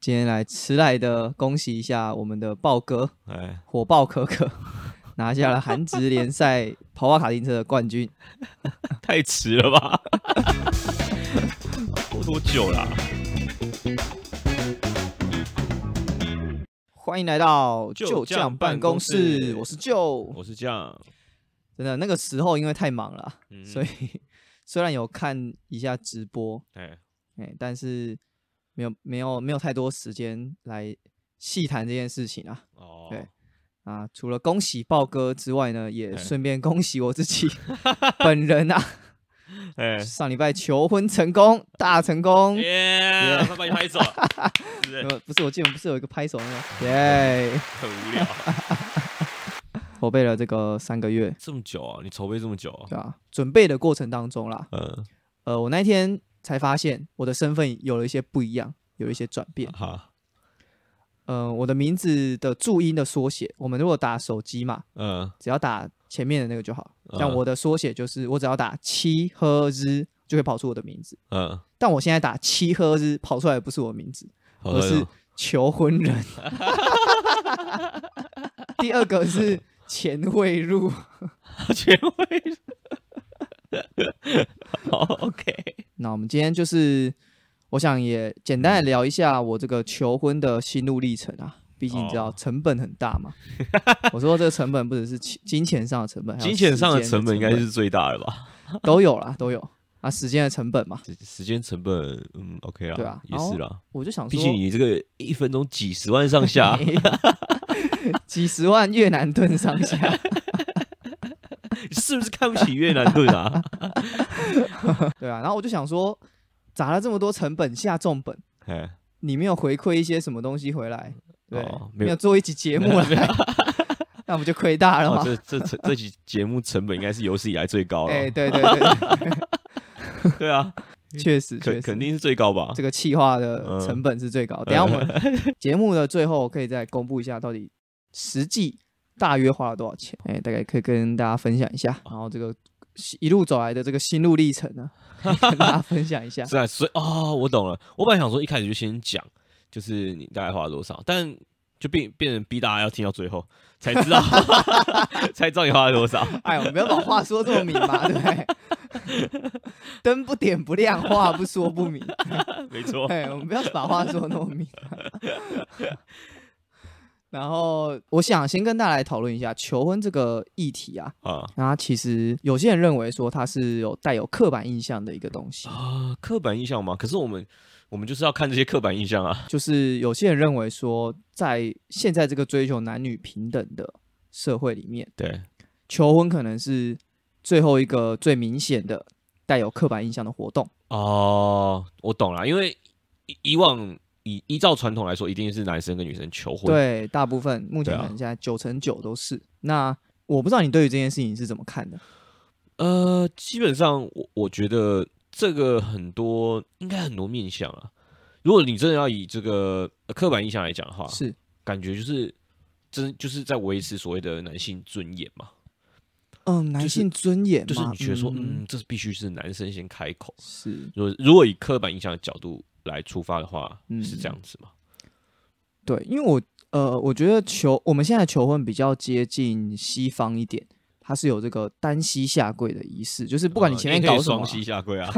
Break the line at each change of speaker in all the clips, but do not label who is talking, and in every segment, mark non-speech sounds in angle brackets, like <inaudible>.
今天来迟来的恭喜一下我们的豹哥
哎，
火爆可可 <laughs> 拿下了韩职联赛跑跑卡丁车的冠军。
太迟了 <laughs> 吧？过多久啊啦、
欢迎来到
旧
旧
将
将
办
办公
公
室
室，
我是旧。
我是这样，
真的那个时候因为太忙了啊，
嗯
所以 <laughs> 虽然有看一下直播，
哎，
哎、但是没有没有没有太多时间来细谈这件事情啊。
哦，
对啊，除了恭喜豹哥之外呢，也
哎
顺便恭喜我自己 <laughs> 本人啊，
哎，
上礼拜求婚成功，大成功。
耶，他把你 <laughs> 拍走，是不是
呃，不是，我记得我们不是有一个拍手那个，耶！
很无聊，
筹备了这个三个月，
这么久啊？你筹备这么久啊？
对吧、准备的过程当中啦，
嗯，
呃，我那天才发现我的身份有了一些不一样，有了一些转变。
好，
呃，我的名字的注音的缩写，我们如果打手机嘛，
嗯，
只要打前面的那个就好。像
嗯
我的缩写就是，我只要打七和日就会跑出我的名字。
嗯，
但我现在打七和日跑出来的不是我的名字，
好
而
的，
是求婚
<laughs>
人。第二个是前未入，
<laughs> 全会。好，OK，
那我们今天就是，我想也简单的聊一下我这个求婚的心路历程啊。毕竟你知道
哦
成本很大
<laughs>
嘛。我说这个成本不只是金金钱上的成本，还有
<laughs> 金钱上的
时间
成本应该
成
是最大的吧？
都有啦，都有啊，时间的成本嘛。
时时间成本，嗯，OK 啦，
对啊
也
然后
是啦。
我就想
毕
说，
竟你这个一分钟几十万
<laughs>
上下，
几十万越南盾上下，
是不是看不起越南盾啊？
对啊。然后我就想说，砸了这么多成本下重本，
哎，
你没有回馈一些什么东西回来，对，
哦
没
没有
有做一集节
<laughs>
目来，那我们就亏大了
哦
嘛。
这这这这期节目成本应该是有史以来最高了。
哎、对对对，
对啊， <laughs>
确实确
肯
实，
肯定是最高吧？
这个企划的
嗯
成本是最高。等一下我
<laughs>
们节目的最后可以再公布一下，到底实际大约花了多少钱？哎、大概可以跟大家分享一下。
哦
然后这个一路走来的这个心路历
<laughs>
程呢，可以跟大家分享一下。
是啊，所以哦，我懂了。我本来想说一开始就先讲，就是你大概花了多少，但就变变成逼大家要听到最
<laughs>
后才知道， <laughs> 才知道你花了多少。
哎呦，没有把话说这么明嘛，对不对？
<laughs>
灯不点不亮，话不说不明。
没错，
<laughs> 哎，我们不要把话说那么明、 <laughs> 然后，我想先跟大家来讨论一下求婚这个议题啊。
啊
那它其实有些人认为说它是有带有刻板印象的一个东西，
啊，刻板印象吗？可是我们我们就是要看这些刻板印象啊。
就是有些人认为说，在现在这个追求男女平等的社会里面，
对，
求婚可能是最后一个最明显的带有刻板印象的活动。
哦，我懂了，因为以以往以依照传统来说，一定是男生跟女生求婚。
对，大部分目前
对啊
可能现在九成九都是。那我不知道你对于这件事情是怎么看的？
呃，基本上我我觉得这个很多应该很多面向啊。如果你真的要以这个呃刻板印象来讲的话，
是
感觉就是真就是在维持所谓的男性尊严嘛，
嗯，男
是
性尊严
就是
嘛
你觉得说，嗯，
嗯，
这是必须是男生先开口。
是
如果如果以刻板印象的角度来出发的话，
嗯
是这样子嘛？
对，因为我呃，我觉得求我们现在求婚比较接近西方一点，它是有这个单膝下跪的仪式，就是不管你
呃
前面
也可以
搞什么
双
啊，
膝下
<laughs>
跪啊，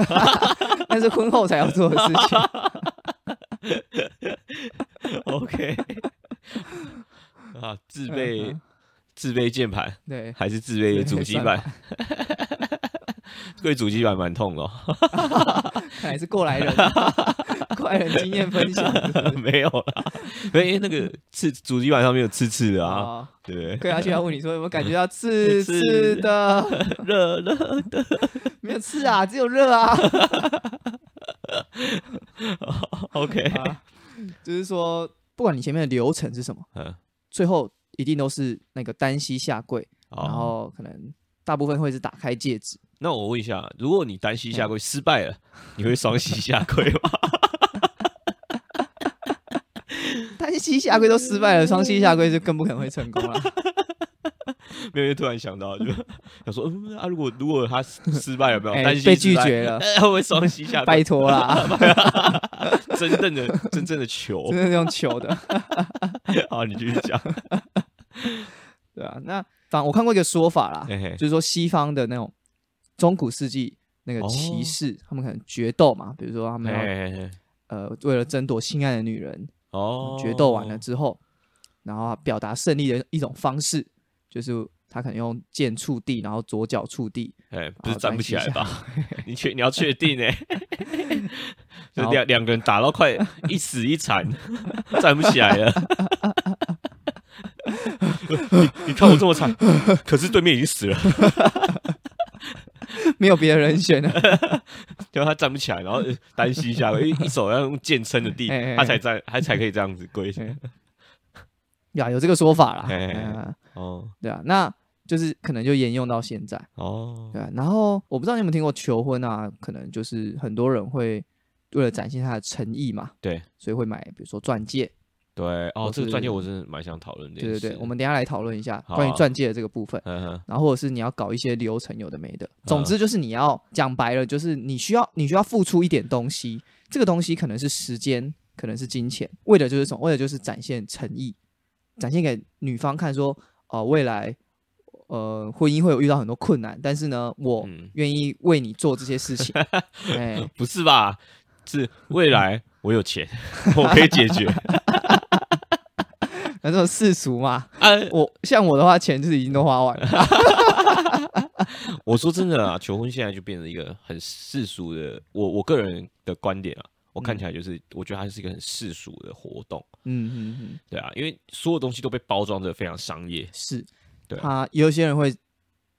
但是婚后才要做的事
<laughs>
情。
OK，啊，自备
嗯
自备键盘
对，
还是自备主机
算
板？对主机板蛮痛
<laughs>
的哦、
看来是过来人， <laughs> 过来人经验分享是不
<laughs>
是
没有啦，因为那个刺主机板上面有刺刺的啊，
啊。
对
<laughs>
不对？
跪下去要问你说有没有感觉
<laughs>
到刺
刺
刺的？
<laughs> 热热
<laughs> 没有刺啊，只有热啊。
，OK，
啊就是说，不管你前面的流程是什么，
嗯，
最后一定都是那个单膝下跪，然
<laughs> 好，
后可能大部分会是打开戒指。 <laughs>
那我问一下，如果你单膝下
嗯
跪失败了，你会双膝下跪吗？ <laughs>
单膝下跪都失败了，双膝下跪就更不可能会成功
<laughs>
了。
没有，就突然想到，就想说，嗯啊，如果如果他失失败了没有，
哎
单膝 <laughs>
被
失败
拒绝了
<laughs> 哎会不会双膝下跪？
拜托啦，
真正的真正
<laughs>
的球
真。的是用求
<laughs>
的，
好，你继续
<laughs>
讲。
对啊。那反我看过一个说法啦，
嘿嘿
就是说西方的那种中古世纪那个骑
哦哎
士，他们可能决斗嘛，比如说他们
嘿
要
嘿嘿嘿
呃为了争夺心爱的女人，
哦，
决斗完了之后，然后表达胜利的一种方式，就是他可能用剑触地，然后左脚触地， <laughs>
哎，不是
好
站
关
不
系
起
一
来
下
吧？ <laughs> 你确你要确定
<laughs>
哎、就
然后
两两个人打到快一死一残，站不起来了。 <laughs> 你你看我这么惨，可是对面已经死了，
没有别的人
<laughs>
选了。
然后他站不起来，然后呃单膝下跪，一一手要用剑撑着地
<laughs> 哎哎，哎
他才站，他才可以这样子跪下。
哎呀，有这个说法啦，
嘿嘿嘿
嗯
哦
对啊，那就是可能就沿用到现在，
哦
对啊。然后我不知道你有没有听过求婚啊，可能就是很多人会为了展现他的诚意嘛，
对，
所以会买比如说钻戒，
对哦
我，
这个
是
钻戒我真的蛮想讨论的。
对对对，我们等一下来讨论一下
好啊
关于钻戒的这个部分。
嗯哼
然后或者是你要搞一些流程，有的没的。总之就是你要讲白了，就是你需要你需要付出一点东西，这个东西可能是时间，可能是金钱，为的就是什么？为的就是展现诚意，展现给女方看说，哦、未来呃婚姻会有遇到很多困难，但是呢，我
嗯，
愿意为你做这些事情。哎、
不是吧？是未来我有钱， <laughs> 我可以解决。 <laughs>
那这种世俗嘛，
啊，
我像我的话，钱就是已经都花完了。
我说真的啊，求婚现在就变成一个很世俗的，我我个人的观点啊，我看起来就是，我觉得它是一个很世俗的活动，
嗯嗯嗯，
对啊，因为所有东西都被包装的非常商业，
是，
对啊
他也有些人会，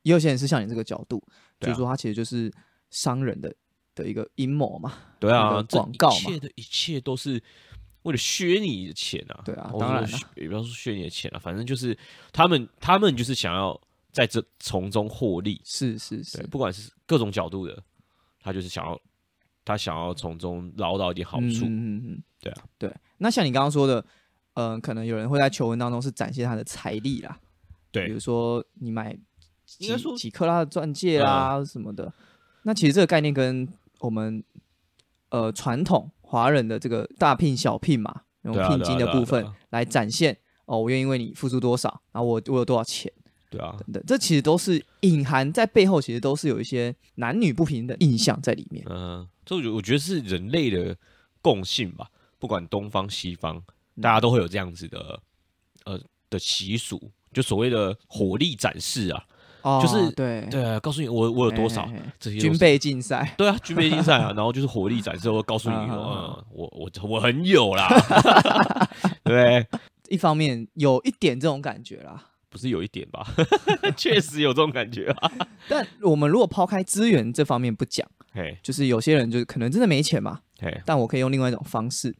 也有些人是像你这个角度，
对
就
啊
是说他其实就是商人的的一个阴谋嘛，
对
那
啊
个，
这
广告嘛
一切的一切都是为了削你的钱啊，
对啊
或者
当然啊
说削也不要说削你的钱啊，反正就是他们他们就是想要在这从中获利，
是是是
对，，不管是各种角度的，他就是想要他想要从中捞到一点好
嗯
处，
嗯嗯嗯，
对啊，
对。那像你刚刚说的，嗯、可能有人会在求婚当中是展现他的财力啦，比
对
如说你买几
应该说
几克拉的钻戒
嗯
啦什么的，那其实这个概念跟我们呃传统华人的这个大聘小聘嘛，那
对
种
啊
聘
对啊
金的
对啊
部
对
分
啊
来展现。哦，我愿意为你付出多少，然后我我有多少钱，
对啊，
等等，这其实都是隐含在背后，其实都是有一些男女不平等印象在里面。
嗯，这我觉我觉得是人类的共性吧，不管东方西方，
嗯
大家都会有这样子的呃的习俗，就所谓的火力展示啊。
哦
就是
对，
对啊，告诉你我我有多少
嘿嘿嘿
这些都
哎军
是。
备竞赛，
对啊，军备竞赛啊，然后就是火力展示，我告诉你，
嗯嗯
嗯，我我我很
<laughs>
有啦，对，
一方面有一点这种感觉啦。
不是有一点吧？ <laughs> 确实有这种感觉啊，
但我们如果抛开资源这方面不讲，
嘿，
就是有些人就是可能真的没钱嘛，
嘿，
但我可以用另外一种方式，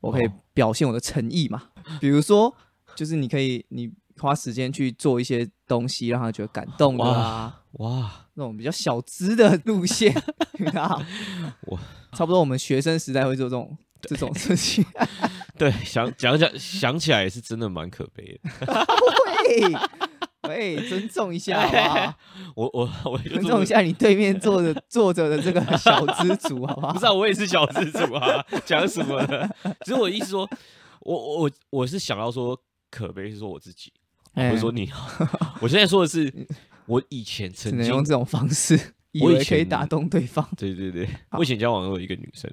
我可以
哦
表现我的诚意嘛。比如说，就是你可以你花时间去做一些东西，让他觉得感动的啊，
哇，
那种比较小资的路线， <laughs> 你知道
我
差不多我们学生时代会做这种这种事情。 <laughs>
对，想讲讲想起来也是真的蛮可悲的。
喂喂，尊重一下好不好？
我我我就
尊
哎这
重
么
一下你对面坐着坐着的这个小资族好不好
不？是、啊，我也是小资主啊，讲什么呢？ <laughs> 其实我意思说，我我我我是想要说，可悲是说我自己，
哎
不是说你。 <laughs> 我现在说
<laughs>
的是，我以前
只
曾
能
经
用，这种方式， <laughs> 以
我以
为可以
前
打动对方。
对对对，我以前交往过一个女生，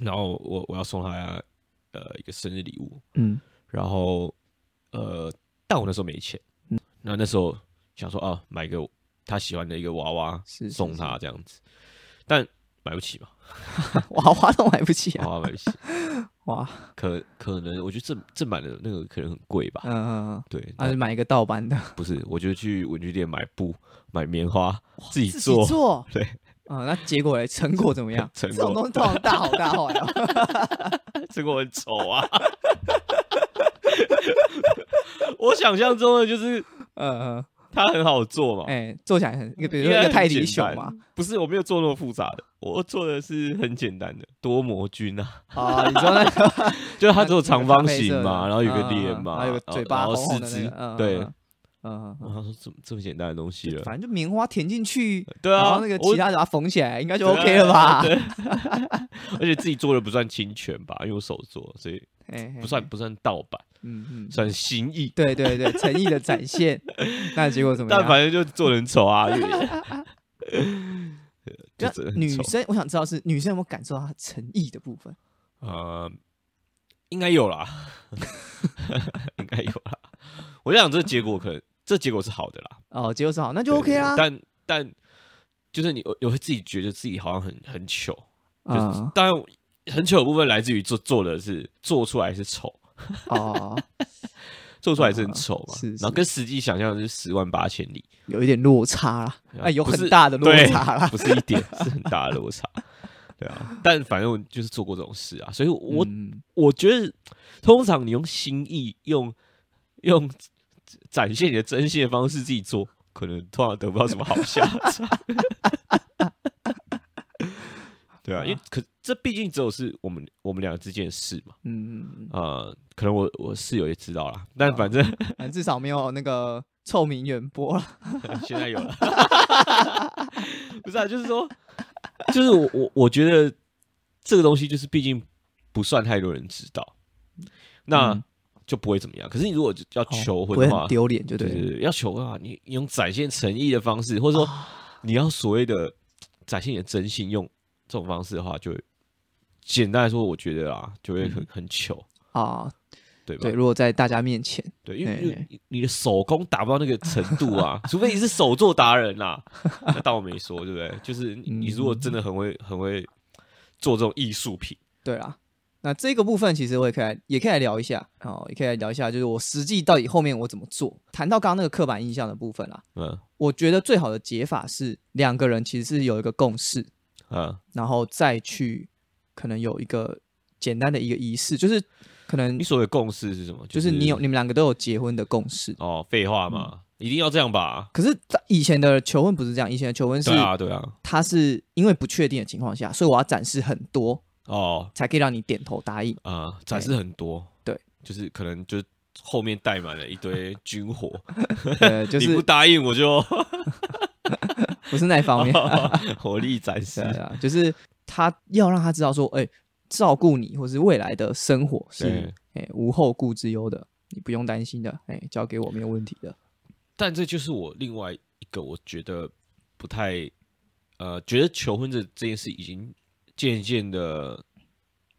然后我我要送她呃一个生日礼物，
嗯
然后呃，但我那时候没钱，
嗯
那那时候想说啊，买个她喜欢的一个娃娃
是是
送
是
她这样子，但买不起嘛，
娃娃都买不起啊！
娃娃买不起。哦
哇，
可可能我觉得正正版的那个可能很贵吧。
嗯嗯，嗯
对，
啊，
那
就买一个盗版的，
不是，我就去文具店买布、买棉花，自己
自己
<laughs> 做。
做。
对，？
啊，那结果嘞，成果怎么样
<laughs> 成
这种
果
东西通常大好大坏啊。
这个我很丑啊！ <laughs> 我想象中的就是
<laughs> 嗯嗯，
它很好做嘛，
哎，做起来很，比如说
哦应该
一个
很
泰迪
简
熊
单
嘛，。
不是，我没有做那么复杂的，我做的是很简单的多模菌啊，
啊，你说那个
<laughs> 就是它只有长方
咖啡色
形
的 <laughs>
嘛，然后有个
嗯嗯
脸
嗯
嘛，
然后有个嘴巴
然后
红红的
四
那
肢
个，嗯
对
嗯，嗯，
我
嗯
想说这么这么简单的东西
嗯
了，
反正就棉花填进去，
对
然
啊，
后那个
我
其他把它缝起来，应该就 OK 了吧？
对，而且自己做的不算侵权吧，因为我手做，所以
<laughs> 嘿嘿
不算
嘿
不算盗版，
嗯嗯，
算心意。
对对对，诚意的展
<laughs>
现。那结果怎么
但
样？
反正就做人
<laughs>
丑啊，就 <laughs> 就真的
那
很
女
丑
生，我想知道是女生有没有感受到她诚意的部分？
呃，应该有
<laughs>
啦，应该有啦。我在想这结果可能这结果是好的啦，
哦，结果是好，那就
对
OK 啦。
但但就是你有会自己觉得自己好像很很糗，就是、
嗯，
当然很糗的部分来自于做做的是做出来是丑，
哦，
做出来是很丑嘛，
啊是
然后
是
跟实际想象的是十万八千里，
有一点落差啦，
对啊
哎，有
不
很
是
大的落
对
差啦。 <laughs>
不是一点，是很大的落差。对啊，但反正我就是做过这种事啊，所以我、
嗯
我觉得，通常你用心意、用用展现你的真心的方式自己做，可能通常得不到什么好下场。 <laughs> 对啊，因为可这毕竟只有是我们我们俩之间的事嘛，
嗯嗯
呃，可能我我室友也知道啦，但反正
嗯，反正至少没有那个臭名远播啦。
现在有了，不是啊，就是说， <laughs> 就是我我我觉得这个东西就是毕竟不算太多人知道，那
嗯
就不会怎么样。可是你如果就要
哦
<laughs> 求
不
婚
会
的话，
很丢脸，就
对
对了。
对对，要求婚的话，你你用展现诚意的方式，或者说你要所谓的展现你的真心，用这种方式的话，就会简单来说，我觉得啦，就会很很糗，
啊，
对吧？
对，如果在大家面前，
对，因为
嘿
因为你你的手工达不到那个程度
<laughs>
啊，除非你是手作达人啦、那当我没说，对不对？就是你你如果真的
嗯
很会很会做这种艺术品，
对啦。那这个部分其实我也可以来，也可以来聊一下哦，也可以来聊一下，就是我实际到底后面我怎么做。谈到刚刚那个刻板印象的部分啦，
嗯
我觉得最好的解法是两个人其实是有一个共识，
嗯，
然后再去可能有一个简单的一个仪式，就是可能
你所谓的共识是什么？
就是你有嗯你们两个都有结婚的共识。
哦，废话嘛，一定要这样吧？
可是在以前的求婚不是这样，以前的求婚是
对啊，对啊，
它是因为不确定的情况下，所以我要展示很多
哦
才可以让你点头答应。
啊、呃展示很多，
对，
就是可能就是后面带满了一堆军火， <laughs>
呃，就
你
是
不答应我就
不是那一方面，
哦 <laughs> 火力展示
对，啊，就是他要让他知道说，哎、照顾你或是未来的生活是
对
哎、无后顾之忧的，你不用担心的，哎、交给我没有问题的。
但这就是我另外一个我觉得不太呃，觉得求婚这这件事已经渐渐的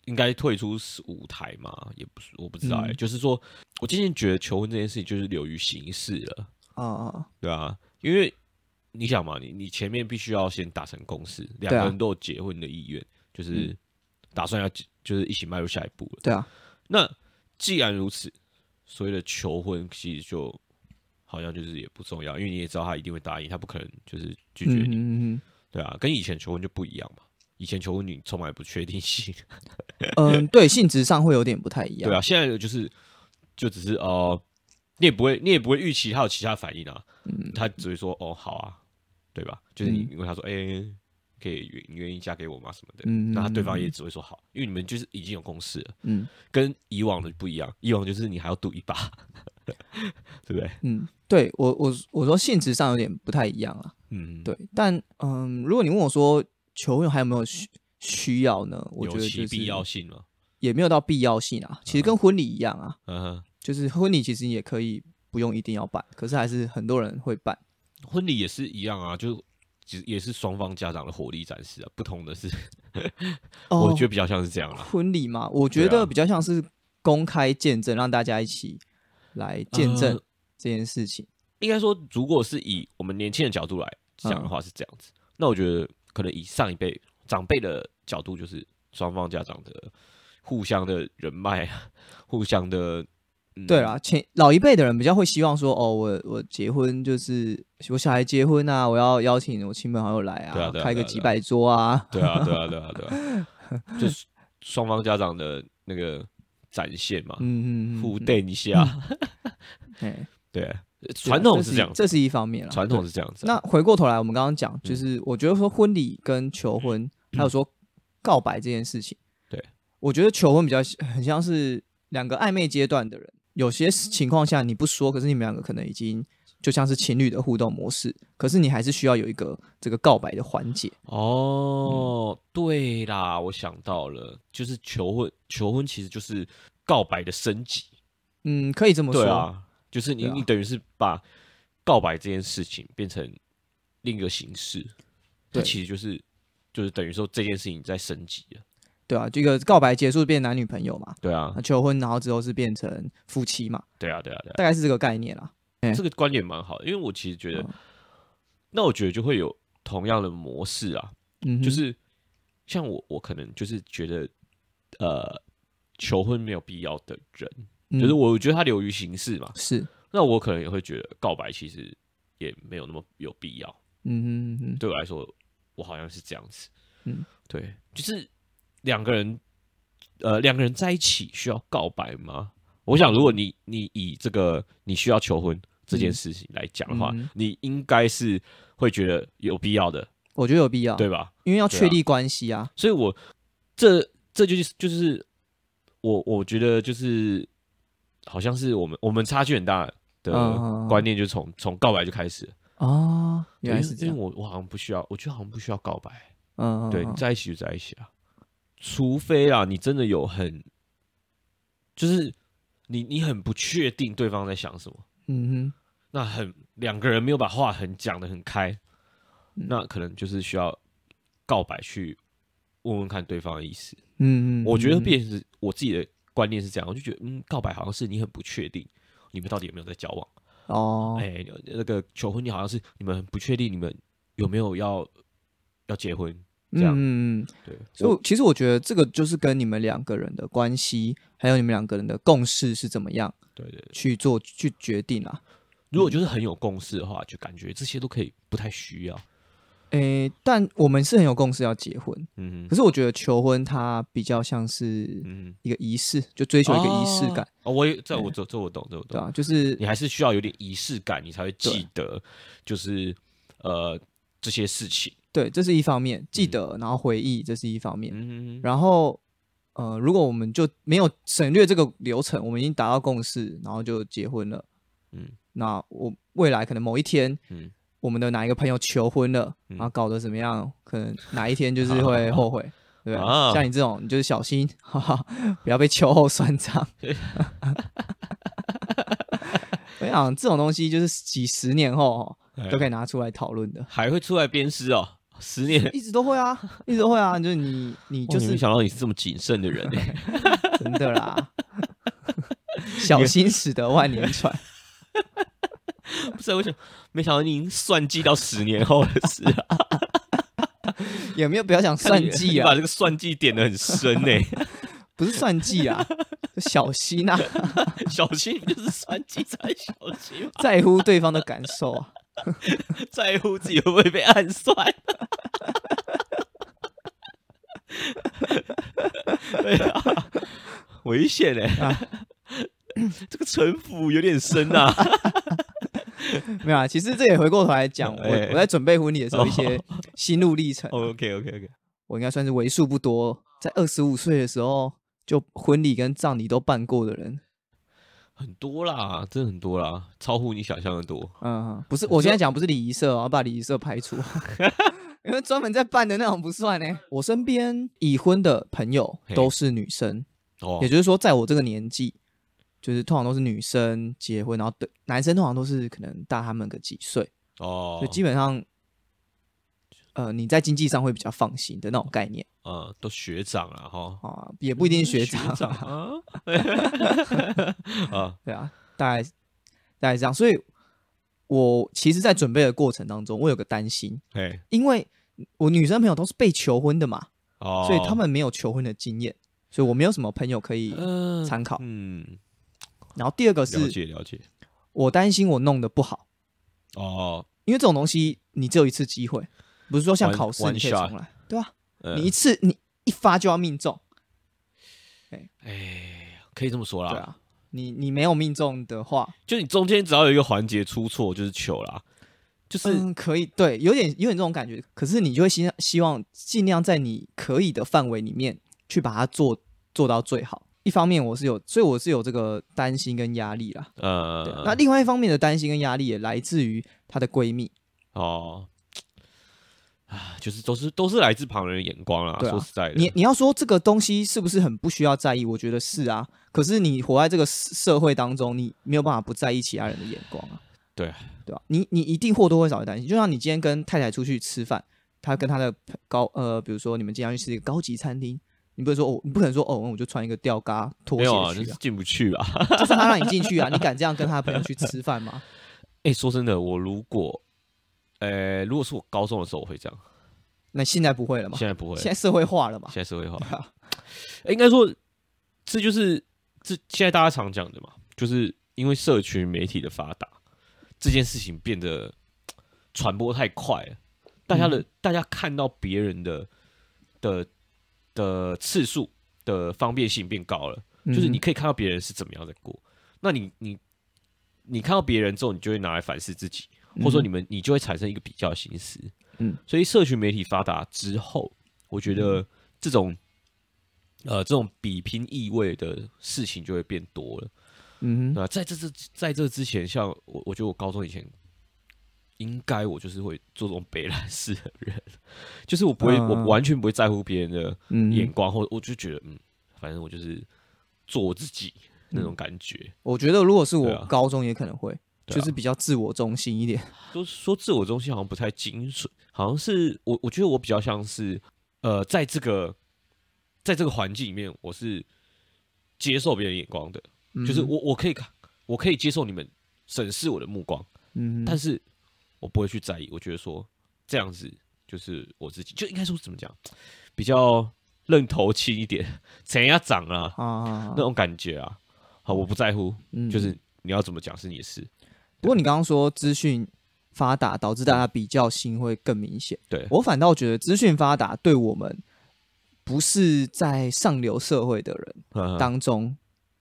应该退出舞台嘛，也不是我不知道哎、
嗯
就是说我渐渐觉得求婚这件事情就是流于形式了，
啊、啊
对啊，因为你想嘛，你你前面必须要先达成共识，
对
两个
啊嗯
人都有结婚的意愿，就是打算要结就是一起迈入下一步了。
对啊，
那既然如此，所谓的求婚其实就好像就是也不重要，因为你也知道他一定会答应，他不可能就是拒绝
嗯
你，
嗯
对啊，跟以前求婚就不一样嘛。以前求婚你充满不确定性，
<laughs> 嗯
<laughs>
嗯，嗯对，性质上会有点不太一样。
对啊，现在就是就只是哦、呃你也不会你也不会预期他有其他反应啊，
嗯
他只会说哦好啊，对吧？就是你你问他说哎、可以愿你愿意嫁给我吗什么的，
嗯
那他对方
嗯
也只会说好，因为你们就是已经有共识了。
嗯
跟以往的不一样，以往就是你还要赌一把，对不对？
嗯，对我我我说性质上有点不太一样啊。
嗯，，
对，但嗯，如果你问我说求婚还有没有需需要呢？我
有
觉得
其
就是
必要性嘛。
也没有到必要性啊。其实跟婚礼一样啊，
嗯哼，
就是婚礼其实你也可以不用一定要办，可是还是很多人会办。
婚礼也是一样啊，就其实也是双方家长的火力展示啊。不同的是，
哦
我觉得比较像是这样啦。
婚礼嘛，我觉
对啊
得比较像是公开见证，让大家一起来见证
呃
这件事情。
应该说，如果是以我们年轻人角度来讲
嗯
的话是这样子，那我觉得可能以上一辈长辈的角度，就是双方家长的互相的人脉啊，互相的。嗯
对啦，前老一辈的人比较会希望说，哦，我我结婚就是我小孩结婚啊，我要邀请我亲朋好友来啊，
对啊对啊
开
对
个
啊
几
对啊
百桌啊，
对啊，对啊，对啊，对啊，就是双方家长的那个展现嘛，
嗯嗯嗯，
互
嗯
垫一下。
哎
对，传统
是
是这样子，
这是一方面啦。
传统是这样嗯子啊。
那嗯回过头来，我们刚刚讲，就是我觉得说婚礼跟求婚，还有说告白这件事情，
嗯对，
我觉得求婚比较像很像是两个暧昧阶段的人，有些情况下你不说，可是你们两个可能已经就像是情侣的互动模式，可是你还是需要有一个这个告白的环节。
哦，对啦，我想到了，就是求婚，求婚其实就是告白的升级。
嗯，可以这么说。
对啊，就是你、
对啊
你等于是把告白这件事情变成另一个形式，它
对
其实就是就是等于说这件事情在升级了。
对啊，这个告白结束变男女朋友嘛，
对啊
那，求婚然后之后是变成夫妻嘛，
对啊，对啊，对啊，
大概是这个概念啦。
这个观点蛮好的，因为我其实觉得，
嗯
那我觉得就会有同样的模式啊，
嗯哼，
就是像我，我可能就是觉得，呃，求婚没有必要的人，
嗯
就是我觉得他流于形式嘛，
是，
那我可能也会觉得告白其实也没有那么有必要。
嗯哼嗯哼，
对我来说，我好像是这样子。
嗯，
对，就是两个人，呃，两个人在一起需要告白吗？我想，如果你你以这个你需要求婚这件事情来讲的话，
嗯哼
你应该是会觉得有必要的，
我觉得有必要，
对吧？
因为要
对啊
确立关系啊。
所以我，这这就是就是我我觉得就是好像是我们我们差距很大的
嗯
观念，就从从告白就开始了。
哦，
对
原来
因为
是这
因
样
为。我我好像不需要，我觉得好像不需要告白。
嗯，嗯
对，你
嗯
在一起就在一起啊，除非啦，你真的有很，就是你你很不确定对方在想什么，
嗯
那很两个人没有把话很讲的很开，
嗯
那可能就是需要告白去问问看对方的意思。
哼，嗯嗯，
我觉得
嗯
变成是我自己的观念是这样，我就觉得嗯，告白好像是你很不确定。你们到底有没有在交往？
哦，
哎、那个求婚，你好像是你们很不确定，你们有没有要要结婚？这样
嗯嗯嗯，
对，
所以我其实我觉得这个就是跟你们两个人的关系，还有你们两个人的共识是怎么样
对对
去做去决定啊。
如果就是很有共识的话，就感觉这些都可以不太需要。
诶，但我们是很有共识要结婚，
嗯
可是我觉得求婚它比较像是
嗯，
一个仪式，就追求一个仪式感，
哦，我也这我这这我懂，这我
对啊
懂。
吧、就是
你还是需要有点仪式感，你才会记得，就是呃这些事情。
对，这是一方面，记得然后回忆，这是一方面。
嗯，
然后呃，如果我们就没有省略这个流程，我们已经达到共识，然后就结婚了。
嗯，
那我未来可能某一天，
嗯
我们的哪一个朋友求婚了，
嗯
然后搞得怎么样，可能哪一天
<laughs>
就是会后悔。对不对，
啊
像你这种，你就是小心， <laughs> 哈哈，不要被秋后算
<laughs>
账。我想这种东西就是几十年后哦
哎
都可以拿出来讨论
<laughs>
的，
还会出来鞭尸哦，十年。
一直都会啊，一直都会啊，就是你你
哦你
就是
没想到你是这么谨慎的人、
<laughs>
欸，
真的
<laughs>
啦，小心驶得万年船。
不是？我想，没想到你已经算计到十年后的事了、
也没有不要讲 <laughs> 算计
你把
啊，
这个算计点的很深欸呢、
不是算计啊，小心啊，
<laughs> 小心就是算计才小心，
在乎对方的感受啊。
<laughs> 在乎自己会不会被暗算。 <laughs> 对啊，危险哎、
啊
<coughs> 这个城府有点深呐、啊。 <laughs>
<laughs> 没有啊，其实这也回过头来讲，我
哎哦
我在准备婚礼的时候一些心路历程，
OK OK OK，
我应该算是为数不多，在二十五岁的时候就婚礼跟葬礼都办过的人。
很多啦，真的很多啦，超乎你想象的多。
嗯，不是，我现在讲不是礼仪社哦，我要把礼仪社排
<laughs>
除，因为专门在办的那种不算呢。我身边已婚的朋友都是女生，
哦
也，就是说，在我这个年纪，就是通常都是女生结婚，然后对男生通常都是可能大他们个几岁，
哦
就，基本上，呃，你在经济上会比较放心的那种概念
嗯，都学长了哈，
啊，也不一定是学长，
学长啊， <laughs> 啊，
<laughs> 对啊，大概大概这样。所以，我其实，在准备的过程当中，我有个担心，
嘿，
因为我女生朋友都是被求婚的嘛，
哦，
所以他们没有求婚的经验，所以我没有什么朋友可以
嗯
参考。
嗯，
然后第二个
了
是
解了解，
我担心我弄得不好。
哦，
因为这种东西你只有一次机会，不是说像
One-
考试
one
你可以
shot
重来，对吧、
嗯
你一次你一发就要命中，
哎，可以这么说啦，
对啊，你你没有命中的话，
就你中间只要有一个环节出错，就是糗啦，就是、
嗯，可以，对，有点有点这种感觉。可是你就会希希望尽量在你可以的范围里面去把它做做到最好。一方面我是有，所以我是有这个担心跟压力啦。对啊
呃，
那另外一方面的担心跟压力也来自于她的闺蜜，
哦，啊，就是都是都是来自旁人的眼光啦。
对啊
说实在的，
你你要说这个东西是不是很不需要在意？我觉得是啊。可是你活在这个社社会当中，你没有办法不在意其他人的眼光啊。
对啊
对吧、你你一定或多或少会担心。就像你今天跟太太出去吃饭，她跟她的朋高呃，比如说你们今天要去吃一个高级餐厅，你不能说哦，你不可能说哦，我就穿一个吊嘎拖
没
鞋
有啊，就
去
是
啊，
进不去啊。
就算她让你进去啊，你敢这样跟她的朋友去吃饭吗？
哎、说真的，我如果，呃，如果是我高中的时候，我会这样，
那现在不会了嘛？
现在不会，
现
现
在社会化了嘛？
在社会化， <laughs>
啊
欸应该说这就是这现在大家常讲的嘛，就是因为社群媒体的发达，这件事情变得传播太快了，大家的、大家看到别人的的的次数的方便性变高了。
嗯
就是你可以看到别人是怎么样在过，那你你你看到别人之后，你就会拿来反思自己，
嗯
或者说你们你就会产生一个比较心思。
嗯，
所以社群媒体发达之后，我觉得这种呃这种比拼意味的事情就会变多了。
嗯哼
那在这之在这之前，像我我觉得我高中以前。应该我就是会做这种北兰式的人，就是我不会，
嗯
我完全不会在乎别人的
嗯
眼
哼，
光，或我就觉得，嗯，反正我就是做我自己那
嗯
种感觉。
我觉得如果是
对
我
啊
高中也可能会，
对啊
就是比较自我中心一点。
都说自我中心好像不太精准，好像是我，我觉得我比较像是，呃，在这个在这个环境里面，我是接受别人眼光的，就是
嗯
我我可以看，我可以接受你们审视我的目光，
嗯哼，
但是我不会去在意。我觉得说这样子就是我自己，就应该说怎么讲，比较愣头青一点，怎样长啊，
啊，
那种感觉啊。好，我不在乎，
嗯
就是你要怎么讲是你的事。
不过你刚刚说资讯发达导致大家比较心会更明显，
对
我反倒觉得资讯发达对我们不是在上流社会的人
嗯
当中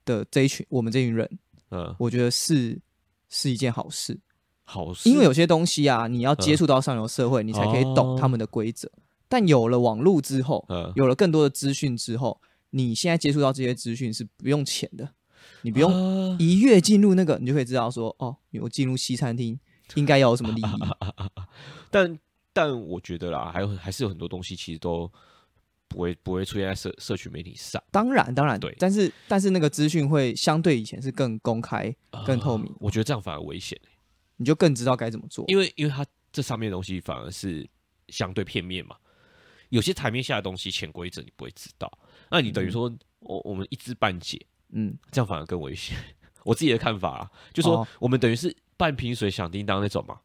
的这一群我们这群人，
嗯，
我觉得是是一件好事，
好事，
因为有些东西啊，你要接触到上流社会，你才可以懂
嗯哦
他们的规则。但有了网络之后，
嗯
有了更多的资讯之后，你现在接触到这些资讯是不用钱的，你不用
啊
一跃进入那个，你就可以知道说，哦，我进入西餐厅应该要有什么礼仪。
<laughs> 但但我觉得啦，还有还是有很多东西其实都不会不会出现在社社群媒体上，
当然，当然，
对
但是但是那个资讯会相对以前是更公开、
啊
更透明，
我觉得这样反而危险、
你就更知道该怎么做。
因为因为它这上面的东西反而是相对片面嘛。有些台面下的东西潜规则你不会知道，那你等于说我我们一知半解，
嗯，
这样反而更危险。 <laughs> 我自己的看法啊，就说
哦
我们等于是半瓶水响叮当那种嘛，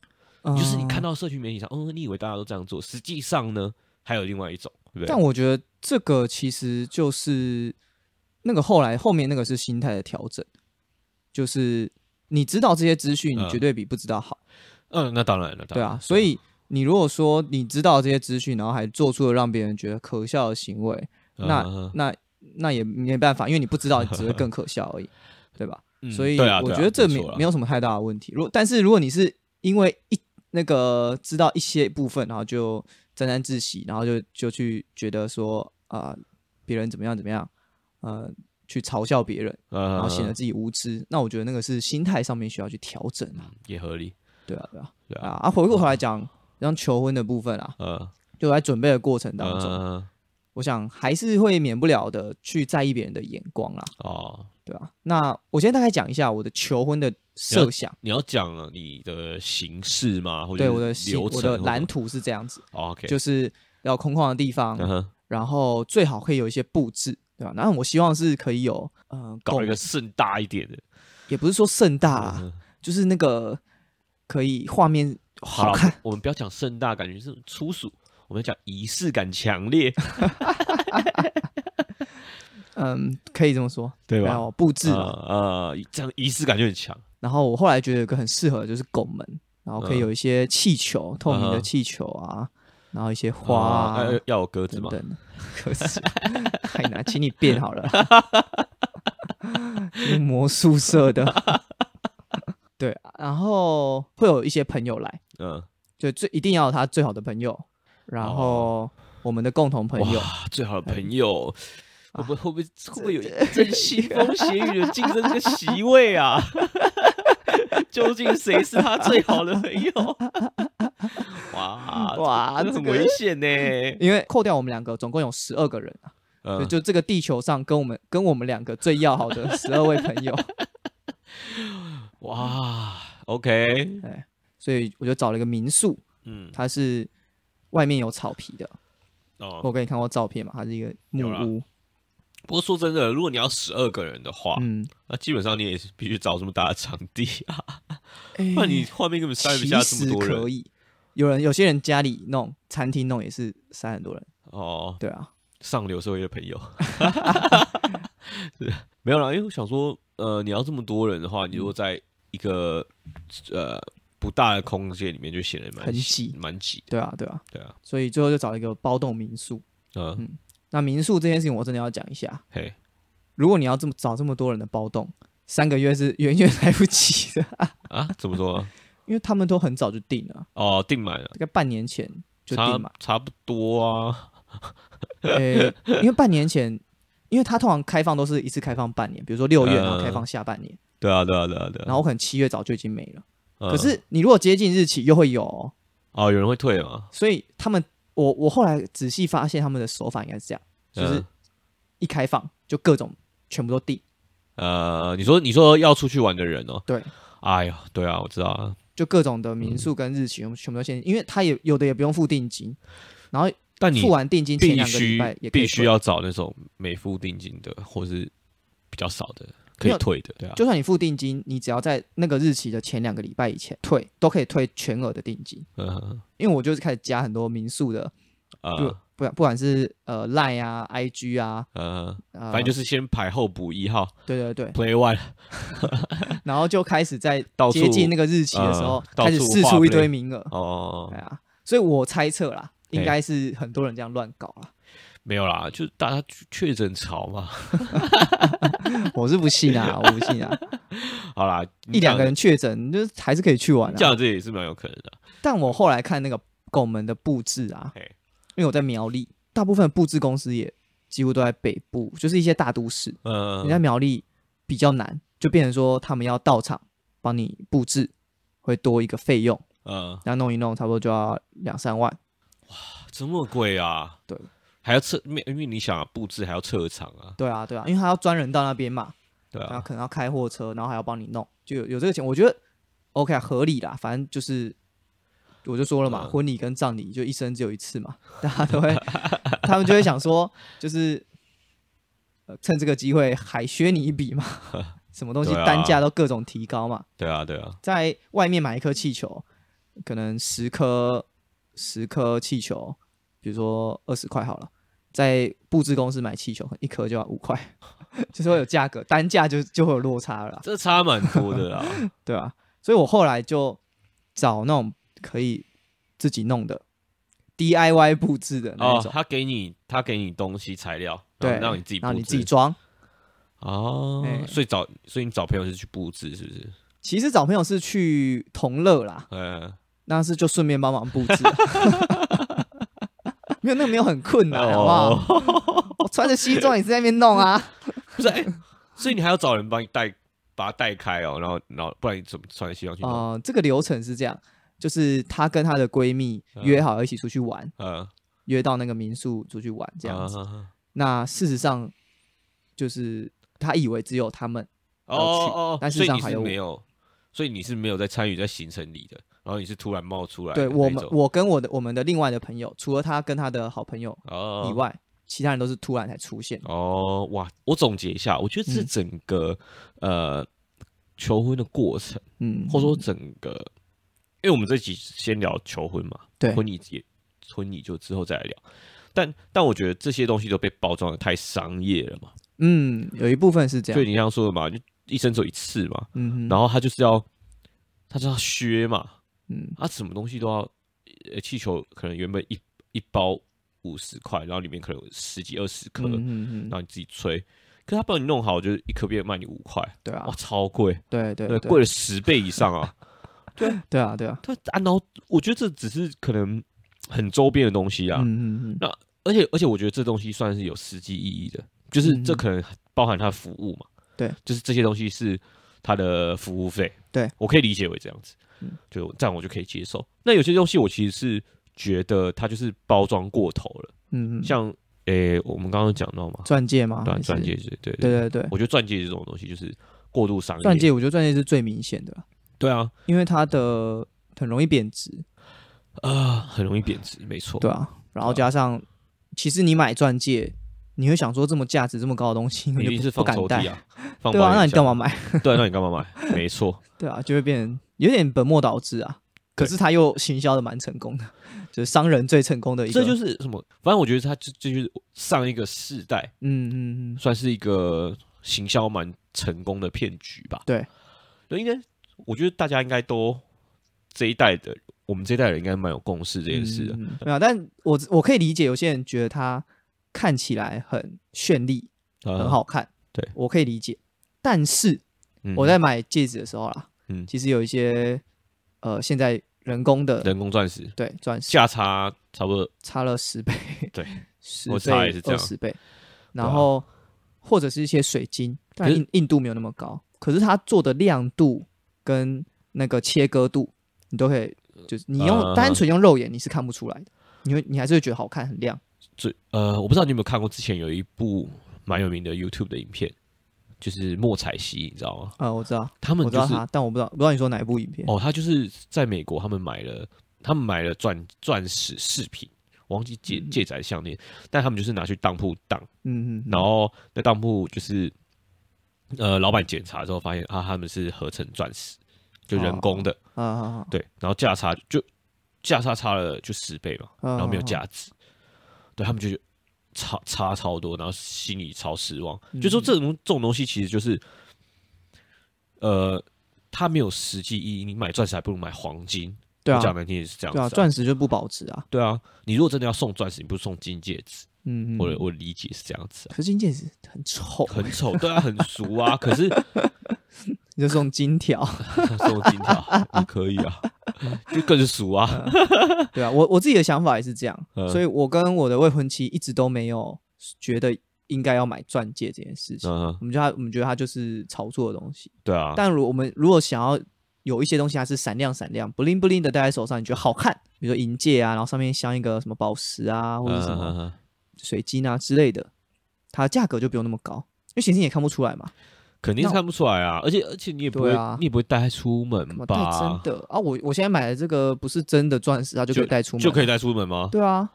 就是你看
到，
到社群媒体上，嗯，你以为大家都这样做，实际上呢，还有另外一种，对不
但
对？
我觉得这个其实就是那个后来后面那个是心态的调整，就是你知道这些资讯，你
嗯
绝对比不知道好，
嗯，那当然了，
对啊。所以你如果说你知道这些资讯，然后还做出了让别人觉得可笑的行为，
嗯
那、那那也没办法，因为你不知道，只会更可笑而已，嗯对吧？
嗯
所以
啊
我觉得这没没
有
有什么太大的问题。如果但是如果你是因为一那个知道一些部分，然后就沾沾自喜，然后就就去觉得说啊、别人怎么样怎么样，呃，去嘲笑别人，
嗯
然后显得自己无知，那我觉得那个是心态上面需要去调整啊。
也合理，
对啊，对啊，
对
啊
啊，
啊！回过头来讲，像求婚的部分啊，
嗯，
就在准备的过程当中，
嗯
我想还是会免不了的去在意别人的眼光啦，
哦，
对吧、那我先大概讲一下我的求婚的设想，
你要讲了你的形式吗？或者
对
是
我的行
流程
我
或
的
者，
蓝图是这样子，
哦，OK，
就是要空旷的地方，
嗯哼
然后最好可以有一些布置，对吧、那我希望是可以有，嗯、呃，
搞一
拱
个盛大一点的，
也不是说盛大
嗯
啦，
哼
就是那个可以画面好
啦
看，
我们不要讲盛大，感觉是粗俗，我们要讲仪式感强
<laughs>
烈，
嗯，可以这么说，
对
然
吧？
后布置嘛，
呃，呃这样仪式感就很强。
然后我后来觉得有个很适合的就是拱门，然后可以有一些气球，透明的
嗯
气球啊，然后一些花啊。
呃要要有鸽子
等
吗？
等的，可是太难，请你变好了，
<laughs>
用魔术社的。对，然后会有一些朋友来，
嗯，
就最一定要有他
哦
最好的朋友，然后我们的共同朋友，哎啊
哇，最好的朋友，会不会会不会会不会有一阵腥风血雨的竞争这个席
<laughs>
位啊？究竟谁是他最好的朋友？
<laughs>
哇
哇
这个
这
很
个
危
<laughs>
险呢、
因为扣掉我们两个，总共有十二个人啊，
嗯
就就这个地球上跟我们跟我们两个最要好的十二位朋友，
哇，OK，
所以我就找了一个民宿，
嗯，
它是外面有草皮的，
哦。
我给你看过照片嘛，它是一个木
有啦
屋，
不过说真的，如果你要十二个人的话，
嗯，
那基本上你也是必须找这么大的场地
<laughs>
啊，不
那
然你画面根本塞不
哎其
下这
实
么多人
可以，有人有些人家里弄餐厅弄也是塞很多人，
哦。
对啊，
上流社会的朋友， <laughs> 是没有啦，因为我想说，呃，你要这么多人的话，你如果在一个呃不大的空间里面，就显得蛮
很挤
蛮挤的，
对啊，对啊，
对啊，
所以最后就找了一个包栋民宿。
嗯，
那民宿这件事情我真的要讲一下，
嘿，
如果你要这么找这么多人的包栋，三个月是 <laughs> 远远来不及的，
啊，怎么
<laughs>
说？
因为他们都很早就定了，
哦，订满了，
大概半年前就
差
定嘛。
差不多啊， <laughs>
呃、因为半年前，因为他通常开放都是一次开放半年，比如说六月
嗯
然后开放下半年，
对啊，对啊，对啊，对啊。
然后可能七月早就已经没了。
嗯
可是你如果接近日期又会有哦、
哦，有人会退嘛？
所以他们我我后来仔细发现他们的手法应该是这样，就是
嗯
一开放就各种全部都定，
呃，你说你说要出去玩的人哦，
对，
哎呀，对啊，我知道啊，
就各种的民宿跟日期我们全部都限定，因为他也有的也不用付定金，然后
但你
付完定金前
必
两个礼
须
拜也可以
必须
退，
要找那种没付定金的，或是比较少的可
没
以
有
退的，对啊，
就算你付定金，你只要在那个日期的前两个礼拜以前退，都可以退全额的定金。
嗯
因为我就是开始加很多民宿的，就
呃
不不管是呃 Line 啊、IG 啊，嗯
呃，
呃，
反正就是是先排后补一号
对对对，
，Play One
<laughs> 然后就开始在
到处
接近那个日期的时候
呃，到
开始
处
试
划
出一
play
堆名额，
哦
对，啊，所以我猜测啦，应
嘿
该是很多人这样乱搞
<laughs>
啦，
没有啦，就大家确确诊潮嘛，
我是不信啊，我不信啊，
好啦，
<laughs>
你
一两个
讲
人啊确诊，就是还是可以去玩
这
啊。
样这也是蛮有可能的，
但我后来看那个拱门的布置啊，
嘿，
因为我在苗栗，大部分布置公司也几乎都在北部，就是一些大都市，
嗯
人家苗栗比较难，就变成说他们要到场帮你布置，会多一个费用，
嗯，
然后弄一弄，差不多就要两三万。
这么贵啊？
对，
还要撤，因为因为你想啊布置还要撤场啊，
对啊，对啊，因为他要专人到那边嘛，
对
然
啊
后，可能要开货车，然后还要帮你弄，就有有这个钱，我觉得 OK 啊，合理啦，反正就是。我就说了嘛，
嗯
婚礼跟葬礼就一生只有一次嘛， <laughs> 大家都会，他们就会想说，就是、呃、趁这个机会海削你一笔
<laughs>
嘛，什么东西
对啊
单价都各种提高嘛，
对啊，对啊，
在外面买一颗气球，可能十颗十颗气球，比如说二十块好了，在布置公司买气球，一颗就要五块， <laughs> 就是会有价格单价就就会有落差了啦，
这差蛮多的啦，
对吧、所以我后来就找那种可以自己弄的 DIY 布置的 <laughs> 那一
哦，
种，
他给你他给你东西材料，然
对，
后让你自己布
然
置，
后你自己装。
哦，
哎
所以找所以你找朋友是去布置是不是？
其实找朋友是去同乐啦，
嗯，
那是就顺便帮忙布置。 <laughs> 没有，那个没有很困难，啊好不好？
哦， <laughs>
我穿着西装也是在那边弄啊。
不是，哎所以你还要找人帮你带，把它带开哦，然后然后不然你怎么穿西装去弄？
哦、这个流程是这样，就是她跟她的闺蜜约好要一起出去玩，
嗯，
约到那个民宿出去玩这样子。
啊。啊啊
那事实上就是她以为只有他们，
哦
要去
哦哦，
但事实
所以
上
你
还
是
有我
没有，所所以你是没有在参与在行程里的，然后你是突然冒出来的
对
那
我们
种，
我跟我的我们的另外的朋友，除了她跟她的好朋友
哦
以外，其他人都是突然才出现。
哦，哇！我总结一下，我觉得这
嗯
整个、呃求婚的过程，
嗯，
或者说整个，因为我们这集先聊求婚嘛，
对
婚礼也婚礼就之后再来聊。但但我觉得这些东西都被包装的太商业了嘛，
嗯，有一部分是这
就
样。
你刚刚说的嘛，就一生只有一次嘛，
嗯哼，
然后他就是要他就要削嘛，
嗯，
他什么东西都要，呃，气球可能原本一一包五十块，然后里面可能有十几二十颗，
嗯
然
嗯嗯，
后你自己吹，可是他帮你弄好，就是一颗变卖你五块，
对啊
哇，，超贵，
对对对，
呃哦贵了十倍以上
<laughs>
啊！
对啊对啊，
他啊，然后我觉得这只是可能很周边的东西啊，
嗯嗯嗯，
而且而且我觉得这东西算是有实际意义的，就是
嗯
这
哼
可能包含他的服务嘛，
对，
就是这些东西是他的服务费，
对
我可以理解为这样子
嗯，
就这样我就可以接受。那有些东西我其实是觉得它就是包装过头了，
嗯，
像诶、我们刚刚讲到嘛，
钻戒嘛，
钻
还是
钻戒，指，对对
对对对，
我觉得钻戒这种东西就是过度商业，
钻戒我觉得钻戒是最明显的啦，
对啊，
因为它的很容易贬值，
呃，很容易贬值，没错，
对啊，然后加上其实你买钻戒，你会想说这么价值这么高的东西，
你
你
一定
就是不不
放
敢
抽
戴
屉，啊，放
对
包
啊，
里
那你
夹
干嘛？买？ <laughs>
对啊，那你干嘛买？没错，
对啊，就会变有点本末倒置啊。可是他又行销的蛮成功的，就是商人最成功的一个。
这就是什么？反正我觉得他这这就是上一个世代
嗯嗯嗯，
算是一个行销蛮成功的骗局吧。
对，
对，应该我觉得大家应该都这一代的，我们这一代人应该蛮有共识这件啊事的。
嗯嗯嗯没有，但我我可以理解有些人觉得它看起来很绚丽，
呃
嗯很，好看，
对
我可以理解。但是
嗯
我在买戒指的时候啦，
嗯
其实有一些呃，现在人工的
人工钻石
对钻石
价差差不多，
差了十倍，
对，
<laughs> 十
我查也
倍
是这
二
样
十倍，
对啊
然后、或者是一些水晶，但
可是
硬硬度没有那么高，可是它做的亮度跟那个切割度，你都可以，就是你用、
呃
单纯用肉眼你是看不出来的，你会你还是会觉得好看很亮。
最呃，我不知道你有没有看过之前有一部蛮有名的 YouTube 的影片，就是莫彩曦，你知道吗？
呃，我知道，
他们
我知
就
道
是
它，但我不知道不知道你说哪一部影片。
哦，他就是在美国，他们买了，他们买了钻钻石饰品，我忘记戒戒指还是项链，但他们就是拿去当铺当，
嗯嗯，
然后那当铺就是，呃，老板检查之后发现啊，他们是合成钻石，就人工的，
啊啊
对，然后价差就价差差了就十倍嘛，
啊，
然后没有
加，
价值，对他们就觉得差差超多，然后心里超失望，
嗯
就说这种这种东西其实就是，呃。它没有实际意义，你买钻石还不如买黄金。
对
我讲
啊，
难听也是这样子、
对啊，钻石就不保值啊。
对啊，你如果真的要送钻石，你不是送金戒指？
嗯，嗯
我的我的理解是这样子啊，
可是金戒指很丑，
很丑，对啊，很俗啊。
<laughs>
可是
你就送金
<laughs>
条，
送金条也可以啊， <laughs> 就更俗啊。
对啊，我我自己的想法也是这样，
嗯
所以我跟我的未婚妻一直都没有觉得应该要买钻戒这件事情。
嗯，
我们觉得它，我们觉得它就是炒作的东西。
对啊，
但如我们如果想要有一些东西，它是闪亮闪亮、不灵不灵的戴在手上，你觉得好看，比如说银戒啊，然后上面镶一个什么宝石啊，或者什么
嗯
水晶啊之类的，它的价格就不用那么高，因为显示你也看不出来嘛。
肯定是看不出来啊，而且而且你也不
对
会
啊，
你也不会带出门
干嘛戴
吧
真？的啊？我我现在买的这个不是真的钻石，它就可以带出门，
就可以带出门吗？
对啊，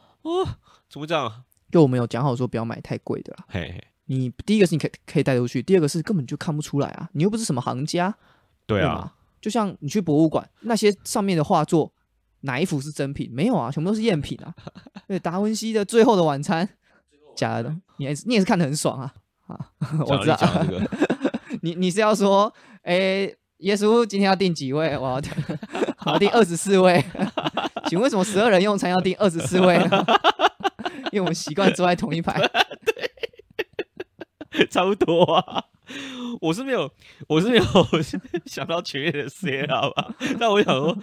怎么这样？
就我们有讲好说不要买太贵的啦。
嘿嘿，
你第一个是你可以可以带出去，第二个是根本就看不出来啊，你又不是什么行家，
对啊
吗，？就像你去博物馆，那些上面的画作，哪一幅是真品？没有啊，全部都是赝品啊。对，达文西的《最后的晚餐》，假的，你也是你也是看得很爽啊啊！
<laughs>
我知道
讲，到你讲到这个，
你你是要说，诶，耶稣今天要订几位？我要订，我要订二十四位。 <laughs> 请问为什么十二人用餐要订二十四位呢？ <laughs> 因为我们习惯坐在同一排。
<laughs> 差不多啊。我是没有，我是没有 <laughs> 想到前面的 C 好吧？但我想说，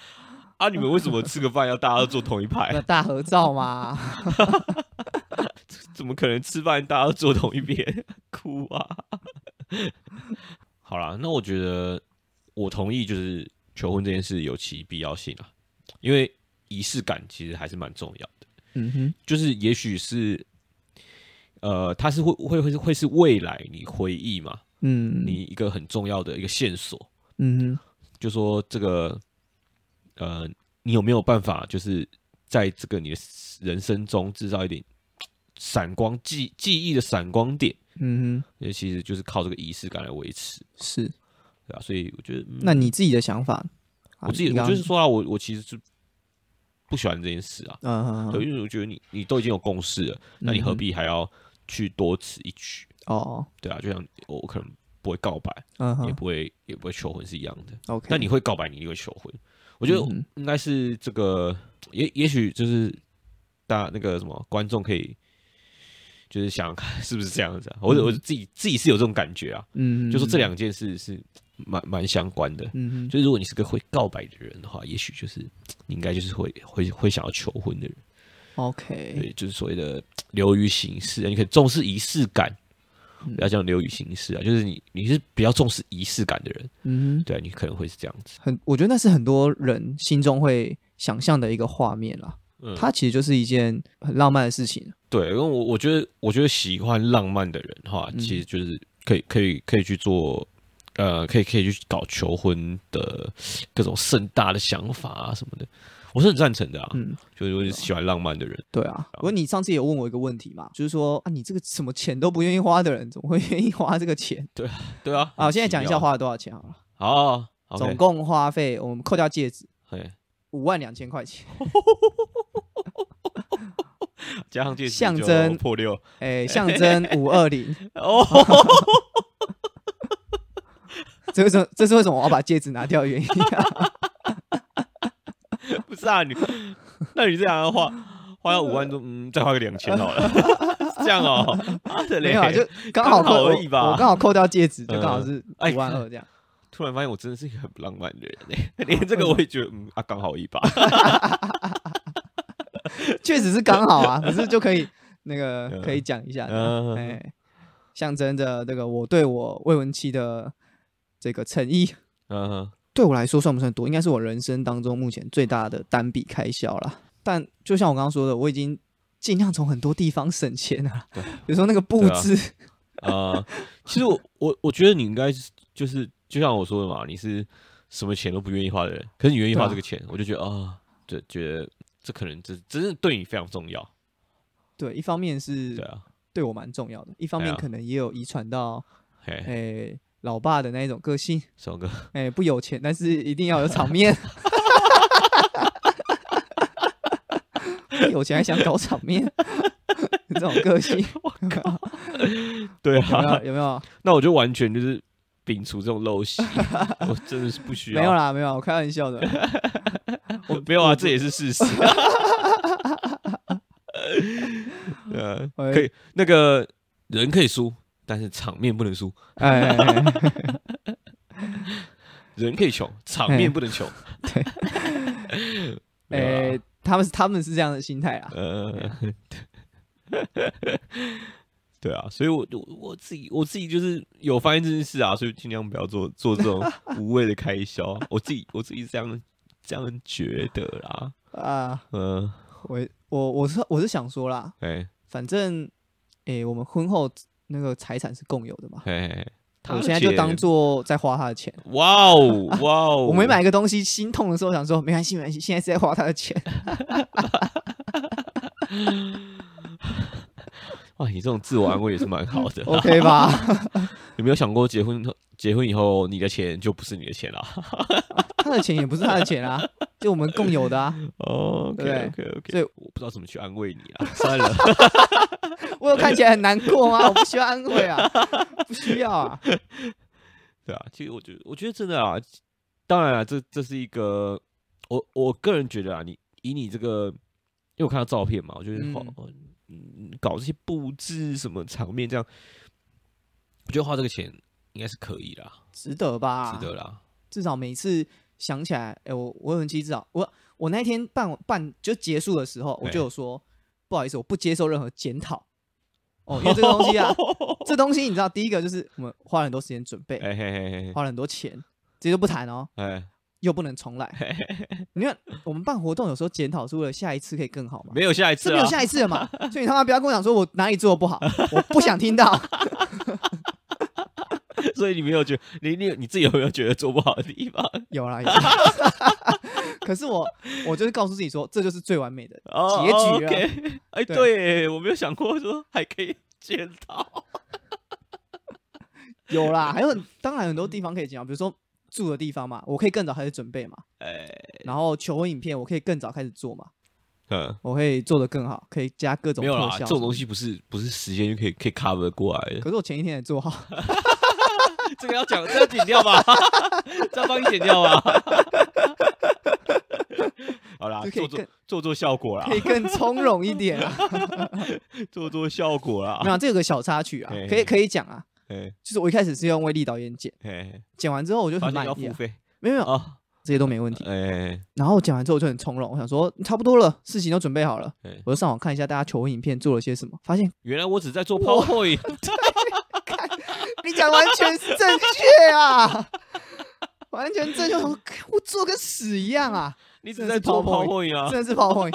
啊，你们为什么吃个饭要大家都坐同一排
那？大合照嘛，
<laughs> 怎么可能吃饭大家都坐同一边？ <laughs> 哭啊！好啦，那我觉得我同意，就是求婚这件事有其必要性啊，因为仪式感其实还是蛮重要的。
嗯哼，
就是也许是，呃，它是会会会会是未来你回忆嘛，
嗯，
你一个很重要的一个线索，
嗯
就说这个，呃，你有没有办法，就是在这个你的人生中制造一点闪光记记忆的闪光点？
哼，嗯哼，
也其实就是靠这个仪式感来维持，
是。
对吧、所以我觉得，嗯
那你自己的想法？啊
我自己
你
我
刚
就是说啊，我我其实是不喜欢这件事啊，
嗯嗯嗯
对，因为我觉得你你都已经有共识了，那你何必还要去多此一举？
哦，
对啊，就像我我可能不会告白，
嗯
也
哼
不会也不会求婚是一样的。
，OK。
但你会告白，你一定会求婚。我觉得
嗯
应该是这个，也也许就是大那个什么观众可以，就是想看是不是这样子啊？我我自己自己是有这种感觉啊，
嗯，
就说这两件事是蛮蛮相关的。
嗯哼，
就是如果你是个会告白的人的话，也许就是你应该就是会会会想要求婚的人，
OK，
啊对，就是所谓的流于形式，你可以重视仪式感，
嗯
不要讲流于形式啊，就是你你是比较重视仪式感的人，
嗯哼，
对、你可能会是这样子。
很，我觉得那是很多人心中会想象的一个画面啦。
嗯，
它其实就是一件很浪漫的事情。
对，因为我我觉得我觉得喜欢浪漫的人哈，
嗯
其实就是可以可以可以去做。呃，可以可以去搞求婚的各种盛大的想法啊什么的，我是很赞成的啊。
嗯，
就是我喜欢浪漫的人，
对啊。不过你上次也问我一个问题嘛，就是说啊，你这个什么钱都不愿意花的人，怎么会愿意花这个钱
对啊。
啊？
很
我现在
奇
讲一
妙
下花了多少钱好了，
好，OK，
总共花费我们扣掉戒指
嘿
五万两千块钱， <laughs>
加上戒指
象
就
征
破 <laughs> 六
哎，象征五二零。 <laughs>
哦，
这是为什么这是为什么我要把戒指拿掉的原因啊？
<laughs> 不是啊，你那你这样的话，花要五万多， <laughs> 嗯，再花个两千好 <laughs> 了，是这样哦，妈的
没
嘞
有啊，就刚
刚
好
好
扣
而已吧
我我刚好扣掉戒指，就
嗯
刚好是
哎
五万二这样。
突然发现我真的是一个很不浪漫的人嘞， <laughs> 连这个我也觉得，嗯啊，刚好一把，
确实是刚好啊， <laughs> 可是就可以那个
嗯
可以讲一下的啊，
嗯
哎、象征着这个我对我未婚妻的这个诚意，
嗯哼，
对我来说算不算多？应该是我人生当中目前最大的单笔开销啦。但就像我刚刚说的，我已经尽量从很多地方省钱了，比
对
如说那个布
对啊
置，
啊，其实我我我觉得你应该是就是就像我说的嘛，你是什么钱都不愿意花的人，可是你愿意
对
花
啊
这个钱，我就觉得啊，就觉得这可能真真的对你非常重要，
对，一方面
对
是
啊，
对我蛮重要的，一方面
对啊
可能也有遗传到，哎、
嘿，
老爸的那一种个性，
爽哥，
哎、不有钱，但是一定要有场面。 <laughs> 不有钱还想搞场面，这种个性
<laughs> 对
有没
啊， <laughs>
有？有没有？
那我就完全就是摒除这种陋习，我真的是不需要。
没有啦，没有，我开玩笑的。
我没有啊，这也是事实。呃，
喂
可以，那个人可以输，但是场面不能输；
哎，哎哎
人可以穷，场面不能穷。
哎
<laughs> 没有
哎
啦，
他们是他们是这样的心态啊。
呃， <laughs> 对啊，所以我我我自己我自己就是有发现这件事啊，所以尽量不要做做
<laughs>
这种无谓的开销。啊我自己我自己这样这样觉得啦。
啊，
嗯，
我我我是我是想说啦，
哎
反正哎，我们婚后那个财产是共有的嘛，
哎，哎他
我
的
现在就
钱
当做在花他的钱。
哇哦哇
<laughs>
哦！
我没买一个东西，心痛的时候想说没关系，没关系，现在是在花他的
<laughs>
钱。。
哇，你这种自我安慰也是蛮好的
OK <laughs> 吧？
有没有想过结婚后结婚以后你的钱就不是你的钱啦
他的钱也不是他的钱啊，就我们共有的
<laughs>
啊。
？OK OK OK，
所以
我不知道怎么去安慰你啦，算了，
我有看起来很难过吗？我不需要安慰啊，不需要啊。
对啊，其实我觉得我觉得真的啊，当然啊，这这是一个我我个人觉得啊，你以你这个，因为我看到照片嘛，我觉得
嗯
花、嗯、搞这些布置什么场面这样，我觉得花这个钱应该是可以啦，
值得吧？
值得。啦，
至少每次想起来，哎、我我很期至少我我那天办办就结束的时候，我
哎
就有说，不好意思，我不接受任何检讨。哦，因为这个东西啊，这东西你知道，第一个就是我们花了很多时间准备，
<laughs> 哎嘿嘿嘿嘿，
花了很多钱，这些都不谈哦，
哎，
又不能重来。你看，我们办活动有时候检讨是为了下一次可以更好嘛。
没有啊下一次
是
啦，
没有下一次了
<laughs>
嘛？所以你他妈不要跟我讲说我哪里做的不好，我不想听到。
所以你没有觉得，你你你自己有没有觉得做不好的地方？
有啦有啦， <laughs> 可是我我就是告诉自己说，这就是最完美的。
哦
结局啊
OK 哎，
对
对我没有想过说还可以 <laughs> 检讨。
有啦，还有
嗯
很当然很多地方可以啊讲，比如说住的地方嘛，我可以更早开始准备嘛。
哎，
然后求婚影片我可以更早开始做嘛，
嗯，
我可以做的更好，可以加各种
没有
特
啦，
效。
这种东，西不是不是时间就可以可以 cover 过来
<laughs>
的。
可是我前一天也做好。
这个要讲，这个要剪
<laughs>
掉吧，这要帮你剪掉吧。 <laughs> 好啦，
这可以
做做
更
做做效果啦
可，以更从容一点
<laughs>
啊！
做做效果
没
啦。
有，这有个小插曲啊
嘿，
可以可以讲啊。
哎
就是我一开始是用威力导演剪，
哎，
剪完之后我就
发
很满
现要
意
付
啊，
费
没有没有，
啊。
这些都没问题。
哎
然后讲完之后我就很从容，我想说嗯差不多了，事情都准备好了
哎，
我就上网看一下大家求婚影片做了些什么，发现
原来我只在做 PowerPoint。
你讲完全是正确啊，完全正确。我我做跟屎一样啊，
<laughs> 你只
真
在
的是
做
PowerPoint
PowerPoint 啊
真。的是炮灰。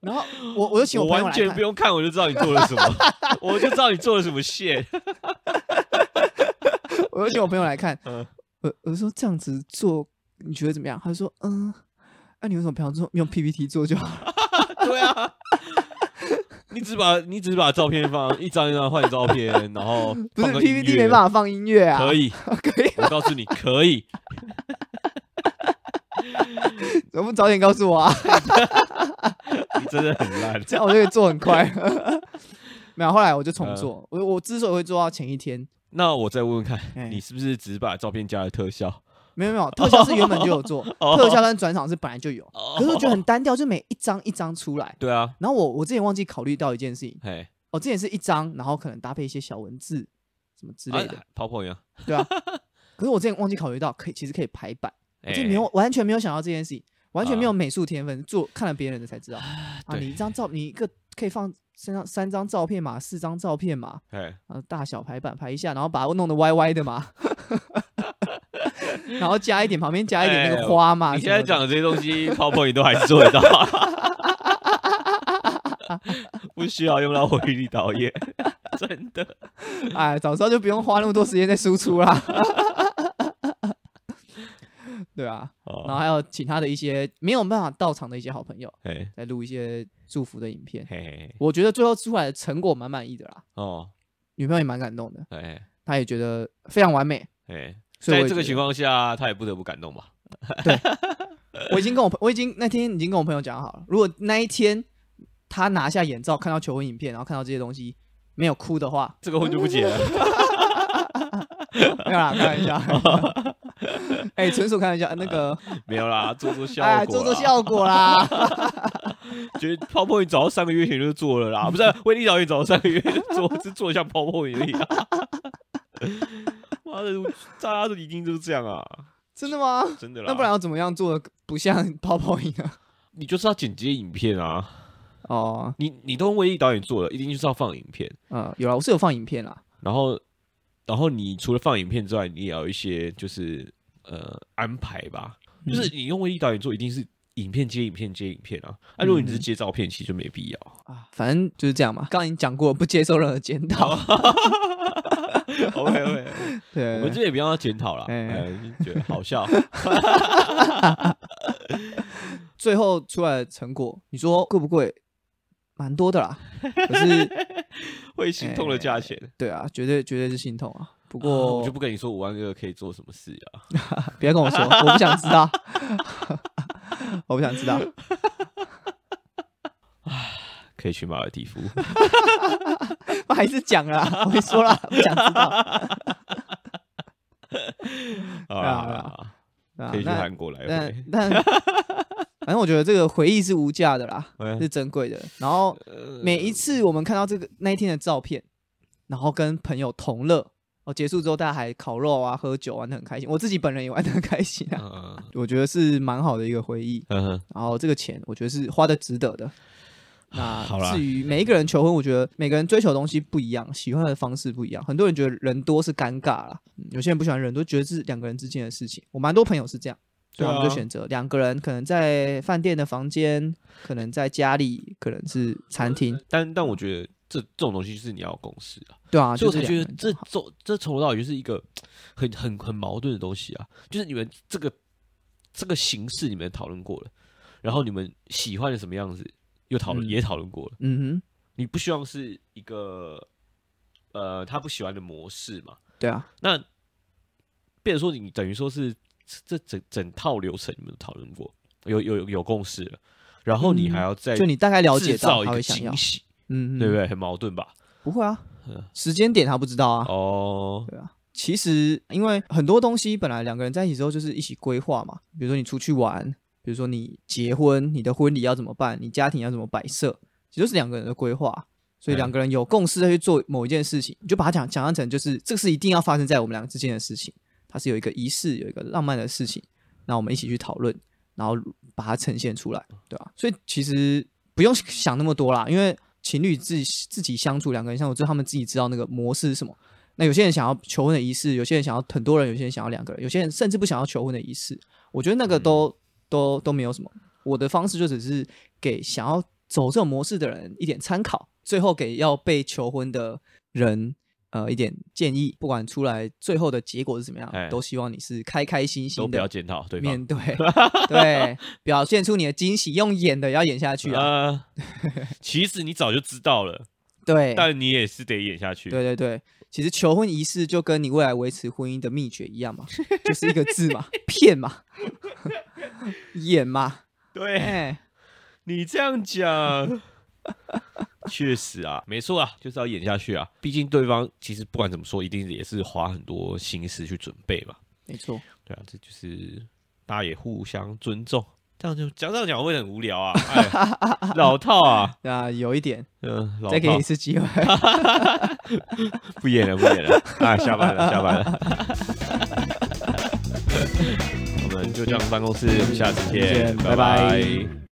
然后我我就请
我
我朋友
完
来
全不
看，
用看，我就知道你做了什么，我就知道你做了什么线。
我就请我朋友来看。
嗯
我我就说这样子做你觉得怎么样？他就说嗯，那、你为什么不要做用 PPT 做就好？
<laughs> 对啊，你只把你只把照片放一张一张换照片，然后
<laughs> 不是
放个音乐
PPT 没办法放音乐啊？
可以，
<laughs> 可以，
我告诉你可以，
怎么不早点告诉我啊？
你真的很
<laughs>
烂。
这样我就可以做很
<laughs>
快。没有，后来我就重做。
嗯
我我之所以会做到前一天，
那我再问问看，
哎
你是不是只把照片加了特效？
没有没有，特效是原本就有做，
哦
特效跟转场是本来就
<laughs>
有，
哦
可是我觉得很单调，就每一张一张出来。
对啊，
然后我我之前忘记考虑到一件事情，
嘿，
我、之前是一张，然后可能搭配一些小文字什么之类的，
啊，泡泡一样，
对啊。 <laughs> 可是我之前忘记考虑到，可以其实可以排版，我
<laughs> 哎
就没有完全没有想到这件事情，完全没
啊
有美术天分，做看了别人的才知道啊。
对
你一张照，你一个可以放三张三张照片嘛，四张照片嘛，
哎，
啊，大小排版排一下，然后把它弄得歪歪的嘛， <laughs> 然后加一点旁边加一点那
哎
个花嘛。
你
啊什
现在
么的
讲的这些东西， <laughs> 泡泡你都还是做得到， <laughs> 不需要用到回力导演， <laughs> 真的。
哎，早知道就不用花那么多时间在输出
<laughs>
啦。对啊，然后
哦，
还有请他的一些没有办法到场的一些好朋友，
嘿，
来录一些祝福的影片。
嘿嘿，
我觉得最后出来的成果蛮满意的啦，
哦，
女朋友也蛮感动的，
哎
她也觉得非常完美。
哎，
所以
在
我也
这个
觉
情
得，
况下，他也不得不感动吧？ <laughs>
我已经跟我朋我已经那天已经跟我朋友讲好了，如果那一天他拿下眼罩，看到求婚影片，然后看到这些东西没有哭的
<laughs>
话，
这个婚就不结了。
<laughs> 没有啦，开玩
<laughs>
笑。哎、纯属开玩笑，那个
没有啦，做做效果啦，啊
哎，做做效果啦。
觉得泡泡你早到三个月前就做
<laughs>
了啦，不是啊威力导演早到三个月就做， <laughs> 是做像泡泡一样。啊 <laughs> 妈的，大家都一定都是这样啊，
真的吗？
真的啦。
那不然要怎么样做得不像 <laughs> 泡泡影呢？
你就是要剪接影片啊，
哦，
你你都威力导演做了，一定就是要放影片。
嗯，有啦，我是有放影片啦。
然后，然后你除了放影片之外，你也要有一些就是呃安排吧，
嗯
就是你用威力导演做，一定是影片接影片接影片啊。那、如果你只
嗯
是接照片，其实就没必
<laughs>
要。
啊，反正就是这样嘛。刚刚已经讲过，不接受任何检讨。
OK OK，
<laughs> 对，
我们这也不要检讨啦，
哦哎
哎，觉得
<laughs>
好笑。
最后出来的成果，你说贵不贵？蛮多的 <laughs> 啦，可是
会心痛的价钱。
对啊，绝对绝对是心痛啊。不
啊我
过
就不跟你说五万二可以做什么事啊。
别跟我 <laughs> 说，我 <laughs> 不想知道，我不想知道。
可以去马尔蒂
<laughs>
夫，
我还是讲 <laughs> 了啦，我会说了，不想知 <laughs> 道。
啊，
对啊
可以去
那
韩国来回
但。但 <laughs> 反正我觉得这个回忆是无价的啦，
哎呃
是珍贵的。然后每一次我们看到这个那一天的照片，然后跟朋友同乐，哦，结束之后大家还烤肉啊、喝酒玩的很开心，我自己本人也玩的很开心啊。
嗯
我觉得是蛮好的一个回忆，
嗯哼
然后这个钱我觉得是花的值得的。那
好啦
至于每一个人求婚，我觉得每个人追求的东西不一样，喜欢的方式不一样。很多人觉得人多是尴尬啦，嗯有些人不喜欢人多，觉得是两个人之间的事情。我蛮多朋友是这样，所以我
对啊
们就选择两个人，可能在饭店的房间，可能在家里，可能是餐厅，
但但我觉得这这种东西就是你要有共识啊，
对啊，
所以我
就
才
是
觉
两
得
个人
这
就好
这这从头到尾就是一个很很很矛盾的东西啊，就是你们这个这个形式你们讨论过了，然后你们喜欢的什么样子又讨论
嗯
也讨论过了，
嗯
你不希望是一个呃他不喜欢的模式嘛，
哼，对啊，
那，变成说你等于说是这这整整套流程你们都讨论过，有有有共识了，然后你还要再
嗯就你大概了
制
解
造
到
一
他
个
会想要
惊，喜，
嗯，嗯
对不？对？很矛盾吧？
不会啊
嗯，
时间点他不知道啊，
哦，
对啊，其实因为很多东西本来两个人在一起之后就是一起规划嘛，比如说你出去玩，比如说你结婚，你的婚礼要怎么办，你家庭要怎么摆设，其实就是两个人的规划。所以
嗯
两个人有共识再去做某一件事情，你就把它讲想象成就是这是一定要发生在我们两个之间的事情，它是有一个仪式，有一个浪漫的事情，那我们一起去讨论，然后把它呈现出来，对吧、所以其实不用想那么多啦，因为情侣自己自己相处，两个人相处，就他们自己知道那个模式是什么。那有些人想要求婚的仪式，有些人想要很多人，有些人想要两个人，有些人甚至不想要求婚的仪式。我觉得那个都、
嗯
都都没有什么。我的方式就只是给想要走这种模式的人一点参考，最后给要被求婚的人呃一点建议。不管出来最后的结果是怎么样，
哎
都希望你是开开心
都
心
不要
的
检讨对方。
面对，对，表现出你的惊喜，用演的也要演下去啊。
啊， <laughs> 其实你早就知道了，
对，
但你也是得演下去。
对对对，其实求婚仪式就跟你未来维持婚姻的秘诀一样嘛，就是一个字 <laughs> 嘛，骗嘛，演嘛，
对，
哎、
你这样
<laughs>
讲，确实啊，没错啊，就是要演下去啊。毕竟对方其实不管怎么说，一定也是花很多心思去准备嘛。
没错，
对啊，这就是大家也互相尊重。这样就讲这样讲会很无聊啊，哎、
<laughs>
老套啊，
那有一点，
嗯、老
再给你
套
一，次机会。
不演了，不演了，啊，下班了，下班了。 <laughs> 我们就这样，办公室，我们下次见，
见拜拜
拜